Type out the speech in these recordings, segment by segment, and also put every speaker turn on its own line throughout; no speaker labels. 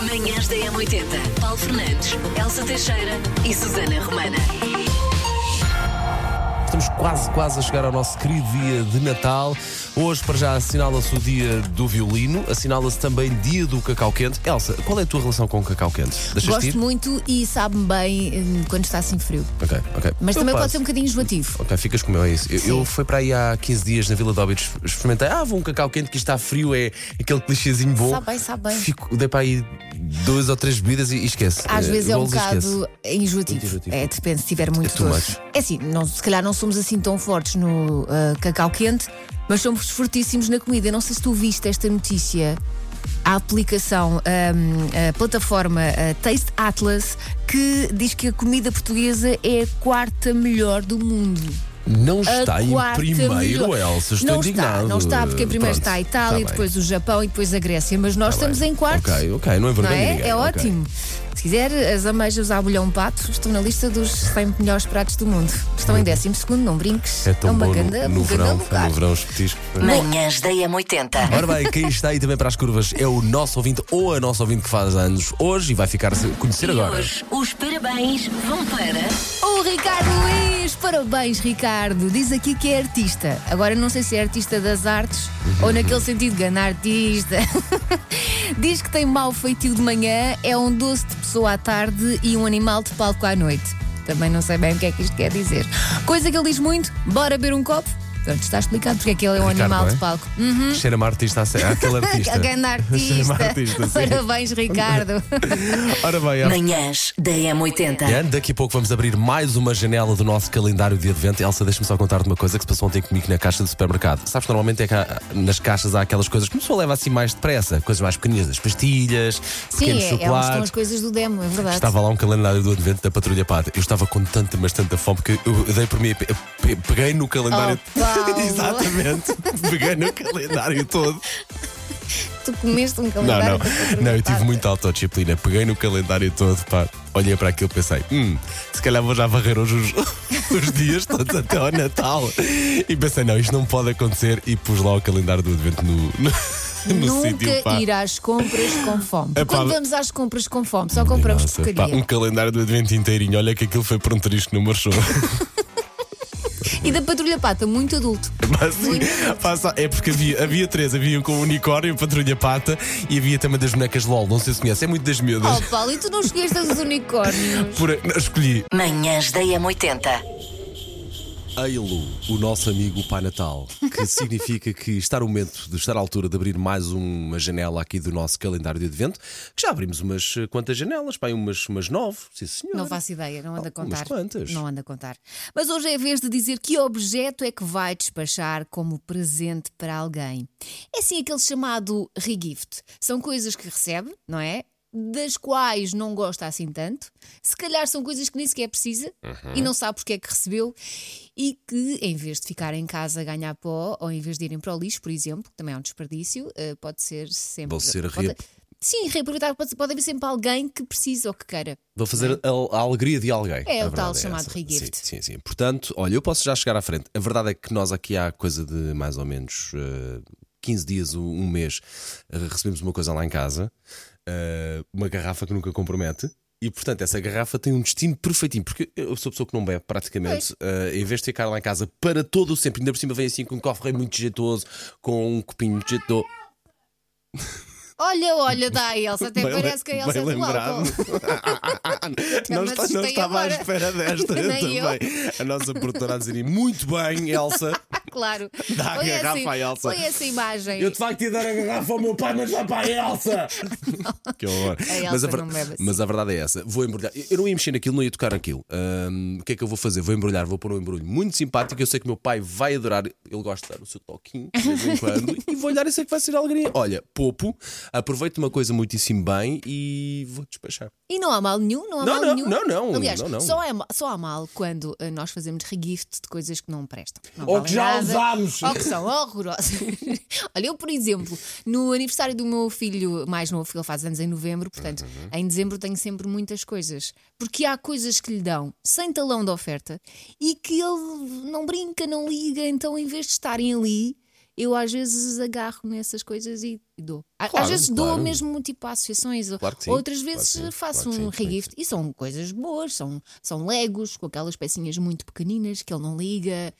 Manhãs da M80. Paulo Fernandes, Elsa Teixeira e Susana Romana.
Estamos quase, quase a chegar ao nosso querido dia de Natal. Hoje, para já, assinala-se o dia do violino, assinala-se também dia do cacau quente. Elsa, qual é a tua relação com o cacau quente? Deixaste ir?
Gosto muito e sabe-me bem hum, quando está assim frio.
Ok, ok.
Mas
Eu
também
passo.
pode ser um bocadinho enjoativo.
Ok, ficas com o meu, é isso. Eu, eu
Sim.
fui para aí há 15 dias na Vila de Óbidos, experimentei. Ah, vou um cacau quente que está frio, é aquele clichêzinho bom.
Sabe bem, sabe bem.
Fico, dei para aí duas ou três bebidas e, e esquece.
Às
Eh,
vezes é um
golos e esquece.
bocado enjoativo.
Muito enjoativo.
É, depende se tiver muito
É too
doce.
much.
É assim, não, se calhar não somos assim tão fortes no ah, cacau quente, mas somos fortíssimos na comida. Eu Não sei se tu viste esta notícia. A aplicação, ahm, a plataforma ah, Taste Atlas, que diz que a comida portuguesa é a quarta melhor do mundo.
Não está
a
em
quarta
primeiro,
melhor.
Elsa. Estou
não
indignado.
Está, não está, porque em primeiro
Pronto,
está a Itália,
está bem.
depois o Japão e depois a Grécia. Mas nós
Tá
estamos
bem.
em quarto.
Ok, ok, não é
Não
verdade.
é? É ótimo. Se quiser, as ameijas à bolhão pato estão na lista dos 100 melhores pratos do mundo. Estão em 12 segundo, não brinques.
É tão
uma
bom
ganda-
no, no
um ganda
verão,
lugar.
no verão os petiscos.
Manhãs da M80.
Ora bem, quem está aí também para as curvas é o nosso ouvinte ou a nossa ouvinte que faz anos hoje e vai ficar a conhecer
E
agora.
hoje, os parabéns vão para.
O Ricardo Luís, parabéns Ricardo, diz aqui que é artista. Agora não sei se é artista das artes
Uhum.
ou naquele sentido de ganhar artista. diz que tem mau feitio de manhã, é um doce de pessoa à tarde e um animal de palco à noite. Também não sei bem o que é que isto quer dizer. Coisa que ele diz muito, bora beber um copo. Portanto, está explicado porque é que ele é um
Ricardo,
animal
não é?
de palco. Uhum.
Cheira-me a artista, a ser- àquele artista.
A grande artista.
Chama artista, sim.
Parabéns, Ricardo.
Ora bem, é.
Manhãs da M80.
Dan, daqui a pouco vamos abrir mais uma janela do nosso calendário de advento. Elsa, deixa-me só contar-te uma coisa que se passou ontem comigo na caixa do supermercado. Sabes, que normalmente é que há- nas caixas há aquelas coisas que começou a levar assim mais depressa. Coisas mais pequeninas, as pastilhas,
Sim,
pequenos
é, é onde estão
chocolates.
as coisas do demo, é verdade.
Estava lá um calendário do advento da Patrulha Pata. Eu estava com tanta, mas tanta fome que eu dei por mim. pe- pe- Peguei no calendário.
Oh, Paulo.
Exatamente. Peguei no calendário todo.
Tu comeste um
Não,
calendário.
não. Não, eu tive muita autodisciplina. Peguei no calendário todo, pá. Olhei para aquilo e pensei: hum, se calhar vou já varrer hoje os, os dias todos até ao Natal. E pensei: não, isto não pode acontecer. E pus lá o calendário do advento no, no, no
Nunca
sítio, pá.
ir às compras com fome.
Epá,
Quando
mas-
vamos às compras com fome, só compramos
Nossa, pá,
porcaria.
um calendário do advento inteirinho. Olha que aquilo foi para um triste número show.
E da patrulha pata, muito adulto.
Mas, faça- é porque havia, havia três, havia um com o unicórnio, patrulha pata e havia também das bonecas LOL, não sei se conhece, é muito das miúdas.
Oh, Paulo, e tu não escolheste os unicórnios?
Por, não, escolhi
Manhãs da M80.
Eilu, o nosso amigo Pai Natal, que significa que está no momento de estar à altura de abrir mais uma janela aqui do nosso calendário de advento, que já abrimos umas eh, quantas janelas, pai, umas, umas nove, sim senhor.
Não faço ideia, não anda a
Algumas
contar.
quantas.
Não anda a contar. Mas hoje é a vez de dizer que objeto é que vai despachar como presente para alguém. É sim aquele chamado regift. São coisas que recebe, não é? Das quais não gosta assim tanto, se calhar são coisas que nem sequer precisa
Uhum.
e não sabe porque é que recebeu, e que em vez de ficar em casa a ganhar pó ou em vez de irem para o lixo, por exemplo, que também é um desperdício, eh, pode ser sempre.
Vão ser
pode-
reap-
Sim, reaproveitar, pode, pode haver sempre alguém que precisa ou que queira.
Vou fazer a, a alegria de alguém.
É
A
o
verdade
tal
essa.
chamado regift.
Sim, sim, sim. Portanto, olha, eu posso já chegar à frente. A verdade é que nós aqui há coisa de mais ou menos eh, 15 dias, um, um mês, eh, recebemos uma coisa lá em casa, eh, uma garrafa que nunca compromete. E portanto, essa garrafa tem um destino perfeitinho, porque eu sou pessoa que não bebe praticamente. Eh, em vez de ficar lá em casa para todo o sempre, ainda por cima vem assim com um cofre muito jeitoso, com um copinho de jeitoso.
Olha, olha, dá a Elsa, até
Bem
parece que a
lem-
Elsa é
bem
do álcool.
não,
me
está- não
assustei
estava
agora.
à espera desta
Nem
também.
eu.
A nossa produtora a dizer muito bem, Elsa.
Claro.
Dá a
Põe
garrafa à Elsa.
Põe essa imagem.
Eu te vai te dar a garrafa ao meu pai, mas dá para a Elsa. que horror.
Elsa
mas, a
não bebe assim.
mas a verdade é essa. Vou embrulhar. Eu não ia mexer naquilo, não ia tocar naquilo. Hum, o que é que eu vou fazer? Vou embrulhar, vou pôr um embrulho muito simpático. Eu sei que o meu pai vai adorar. Ele gosta de dar o seu toquinho de vez em quando. e vou olhar e sei que vai ser alegria. Olha, popo, aproveito uma coisa muitíssimo bem e vou despachar.
E não há mal nenhum, não há
Não,
mal
não,
nenhum.
não, não,
Aliás,
não, não.
Só, é ma- só há mal quando eh, nós fazemos regift de coisas que não prestam. Não
Ou
valem
que já
nada,
usámos.
Ou que são horrorosas. Olha, eu, por exemplo, no aniversário do meu filho mais novo, que ele faz anos em novembro, portanto,
Uhum.
em dezembro tenho sempre muitas coisas. Porque há coisas que lhe dão sem talão de oferta e que ele não brinca, não liga, então em vez de estarem ali. eu às vezes agarro nessas coisas e e dou. A-
Claro,
às vezes dou
claro.
mesmo tipo a associações, ou-
Claro que sim,
outras
claro
vezes
que sim, claro
faço
que
um
sim, sim,
regift e são coisas boas, são, são legos com aquelas pecinhas muito pequeninas que ele não liga.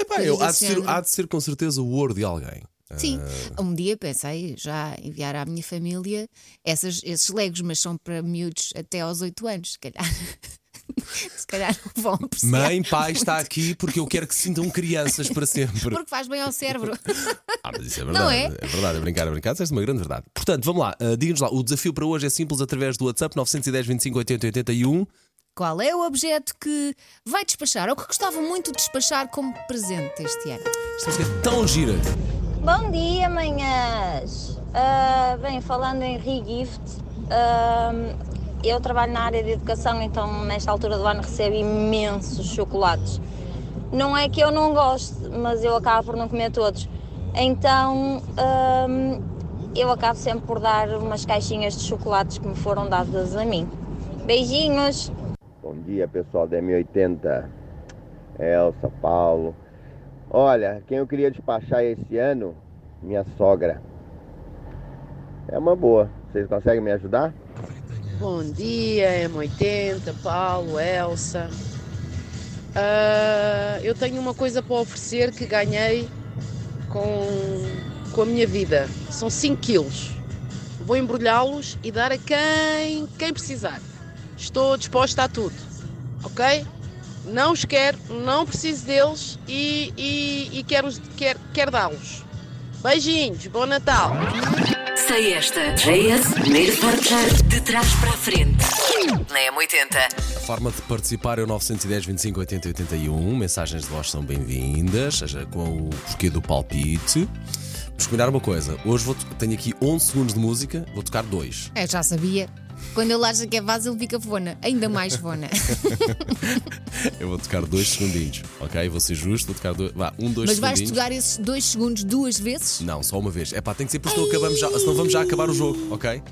Epá,
coisas
eu, há, de
desse
ser,
género.
há de ser com certeza o ouro de alguém.
Sim,
Ah.
um dia pensei já enviar à minha família essas, esses legos, mas são para miúdos até aos 8 anos, se calhar. se calhar não vão apreciar.
Mãe, pai, está aqui porque eu quero que se sintam crianças para sempre.
Porque faz bem ao cérebro.
Ah, mas isso é
Não
verdade.
é?
verdade, é brincar, é brincar. Isso é uma grande verdade. Portanto, vamos lá. ah, Diga-nos lá. O desafio para hoje é simples através do WhatsApp 910 25 80 81.
Qual é o objeto que vai despachar ou que gostava muito de despachar como presente este ano?
Isto é tão gira.
Bom dia, manhãs! Ah, bem, falando em regift, ah, eu trabalho na área de educação, então nesta altura do ano recebo imensos chocolates. Não é que eu não goste, mas eu acabo por não comer todos. Então ah, eu acabo sempre por dar umas caixinhas de chocolates que me foram dadas a mim. Beijinhos!
Bom dia, pessoal da M80. Elsa, Paulo. Olha, quem eu queria despachar esse ano? Minha sogra. É uma boa. Vocês conseguem me ajudar?
Bom dia, M80, Paulo, Elsa. Ah, eu tenho uma coisa para oferecer que ganhei com, com a minha vida. São 5 quilos. Vou embrulhá-los e dar a quem, quem precisar. Estou disposta a tudo, ok? Não os quero, não preciso deles e, e, e quero, os- quero, quero dá-los. Beijinhos, bom Natal!
Sei esta. JS, primeiro portar de trás para a frente. Na M80.
A forma de participar é o 910 25 80 81. Mensagens de voz são bem-vindas, seja com o porquê do palpite. Vamos combinar uma coisa. Hoje vou to- tenho aqui 11 segundos de música, vou tocar dois.
Eu já sabia. Quando ele acha que é vaso, ele fica fona. Ainda mais fona.
Eu vou tocar dois segundinhos, ok? Vou ser justo, vou tocar dois. Vá, um, dois
Mas vais
segundinhos.
estudar esses dois segundos duas vezes?
Não, só uma vez. É pá, tem que ser porque senão, acabamos já, senão vamos já acabar o jogo, ok?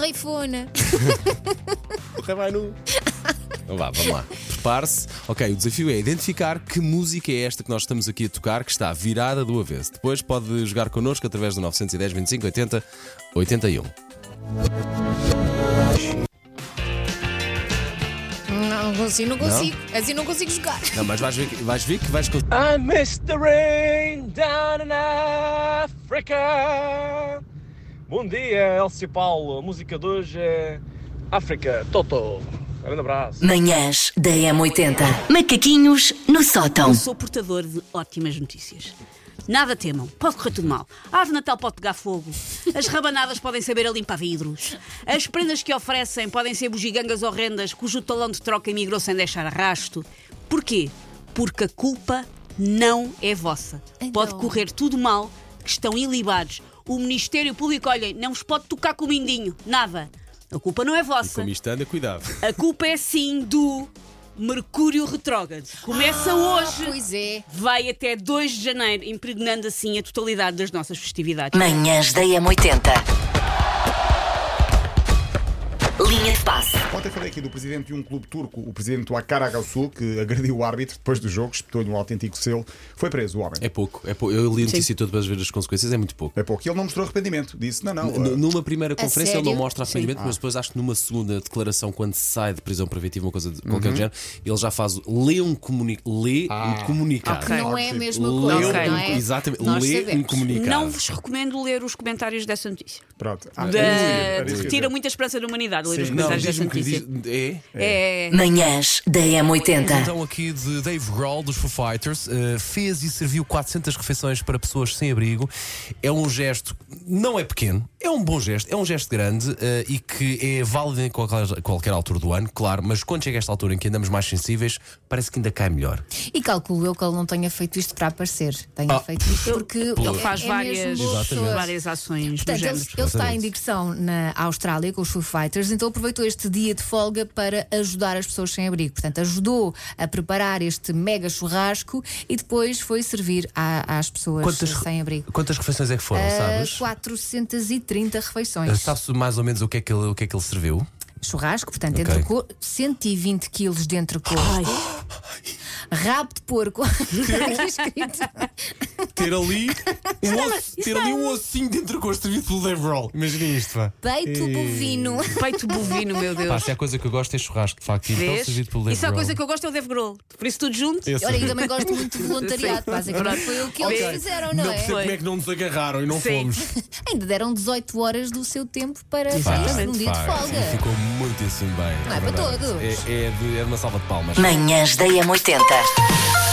Rei fona.
vai nu. Então vá, vamos lá. Prepare-se. Ok, o desafio é identificar que música é esta que nós estamos aqui a tocar, que está virada do avesso. Depois pode jogar connosco através do 910 25 80 81.
Não consigo, não consigo. Assim não consigo jogar.
Não, mas vais ver, que- vais ver que vais conseguir.
I miss the rain down in Africa. Bom dia, Elcio Paulo. A música de hoje é África, Toto. Um Grande abraço.
Manhãs da M80. Macaquinhos no sótão.
Eu sou portador de ótimas notícias. Nada temam, pode correr tudo mal. A árvore de Natal pode pegar fogo. As rabanadas podem saber a limpar vidros. As prendas que oferecem podem ser bugigangas horrendas cujo talão de troca emigrou sem deixar arrasto. Porquê? Porque a culpa não é vossa.
Então.
Pode correr tudo mal, que estão ilibados. O Ministério Público, olhem, não vos pode tocar com o mindinho. Nada. A culpa não é vossa.
Como isto anda, cuidado.
A culpa é sim do Mercúrio Retrógrado. Começa hoje
Pois é.
vai até 2 de janeiro, impregnando assim a totalidade das nossas festividades.
Manhãs da M80. Linha de passe.
Ontem falei aqui do presidente de um clube turco, o presidente do Akaragasu, que agrediu o árbitro depois do jogo, espetou-lhe um autêntico selo. Foi preso o homem.
É pouco. É pouco. Eu li a notícia toda para ver as consequências, é muito pouco.
É pouco. E ele não mostrou arrependimento. Disse: não, não.
N-
eh,
Numa primeira conferência ele não
sério?
mostra arrependimento, mas depois acho que numa segunda declaração, quando sai de prisão preventiva, uma coisa de qualquer
Uhum.
género, ele já faz. Lê um, comuni lê um comunicado.
Ok.
Não é a mesma
Lê
coisa,
um
Ok.
não é?
Exatamente,
Nós
lê um
sabemos.
comunicado.
Não vos recomendo ler os comentários dessa notícia.
Pronto. Ah,
Da-
era isso que eu ia dizer.
Retira muita esperança da humanidade ler os
Não,
comentários dessa
diz-me que
notícia.
diz- é.
É.
Manhãs da M80.
Então aqui de Dave Grohl dos Foo Fighters eh, fez e serviu 400 refeições para pessoas sem abrigo. É um gesto, não é pequeno, é um bom gesto, é um gesto grande eh, e que é válido em qualquer, qualquer altura do ano, claro. Mas quando chega esta altura em que andamos mais sensíveis, parece que ainda cai melhor.
E calculo eu que ele não tenha feito isto para aparecer. Tenha
Ah.
feito isto porque
Ele faz
é, é
várias,
mesmo boa pessoa.
várias ações do
Portanto, ele,
género.
ele está em digressão na Austrália com os Foo Fighters, então aproveitou este dia de folga para ajudar as pessoas sem abrigo. Portanto, ajudou a preparar este mega churrasco e depois foi servir a- às pessoas
Quantas-
sem abrigo.
Quantas refeições é que
Eh,
foram,
Ah,
sabes?
430
Eh,
refeições.
Sabe-se mais ou menos o que é que ele, o que é que ele serviu?
Churrasco, portanto,
Ok.
entrecô, 120 quilos de entrecô.
Ai,
Rabo de porco, está aqui escrito.
ter ali
é
um osso, ter
isso
ali um ossinho de entrecosto servido pelo Dave Roll. Imaginem isto, pá.
Peito bovino.
Peito bovino, meu
Pá,
Deus.
se há coisa que eu gosto é churrasco, de facto. E então
Vês?
servido pelo Dave
Isso é a
Roll.
coisa que eu gosto, é o Dave Grohl. Por isso tudo junto.
Esse.
Olha, eu também gosto muito de voluntariado,
Sim.
basicamente foi o que eles
Ok.
fizeram, não,
Não
é?
percebo como é que não nos agarraram e não
Sim.
fomos.
Ainda deram 18 horas do seu tempo para
Pá,
sair um dia de
pá,
folga.
Ficou muito assim bem.
Não é para
verdade.
todos.
É, é de, é de uma salva de palmas.
Manhãs da M80.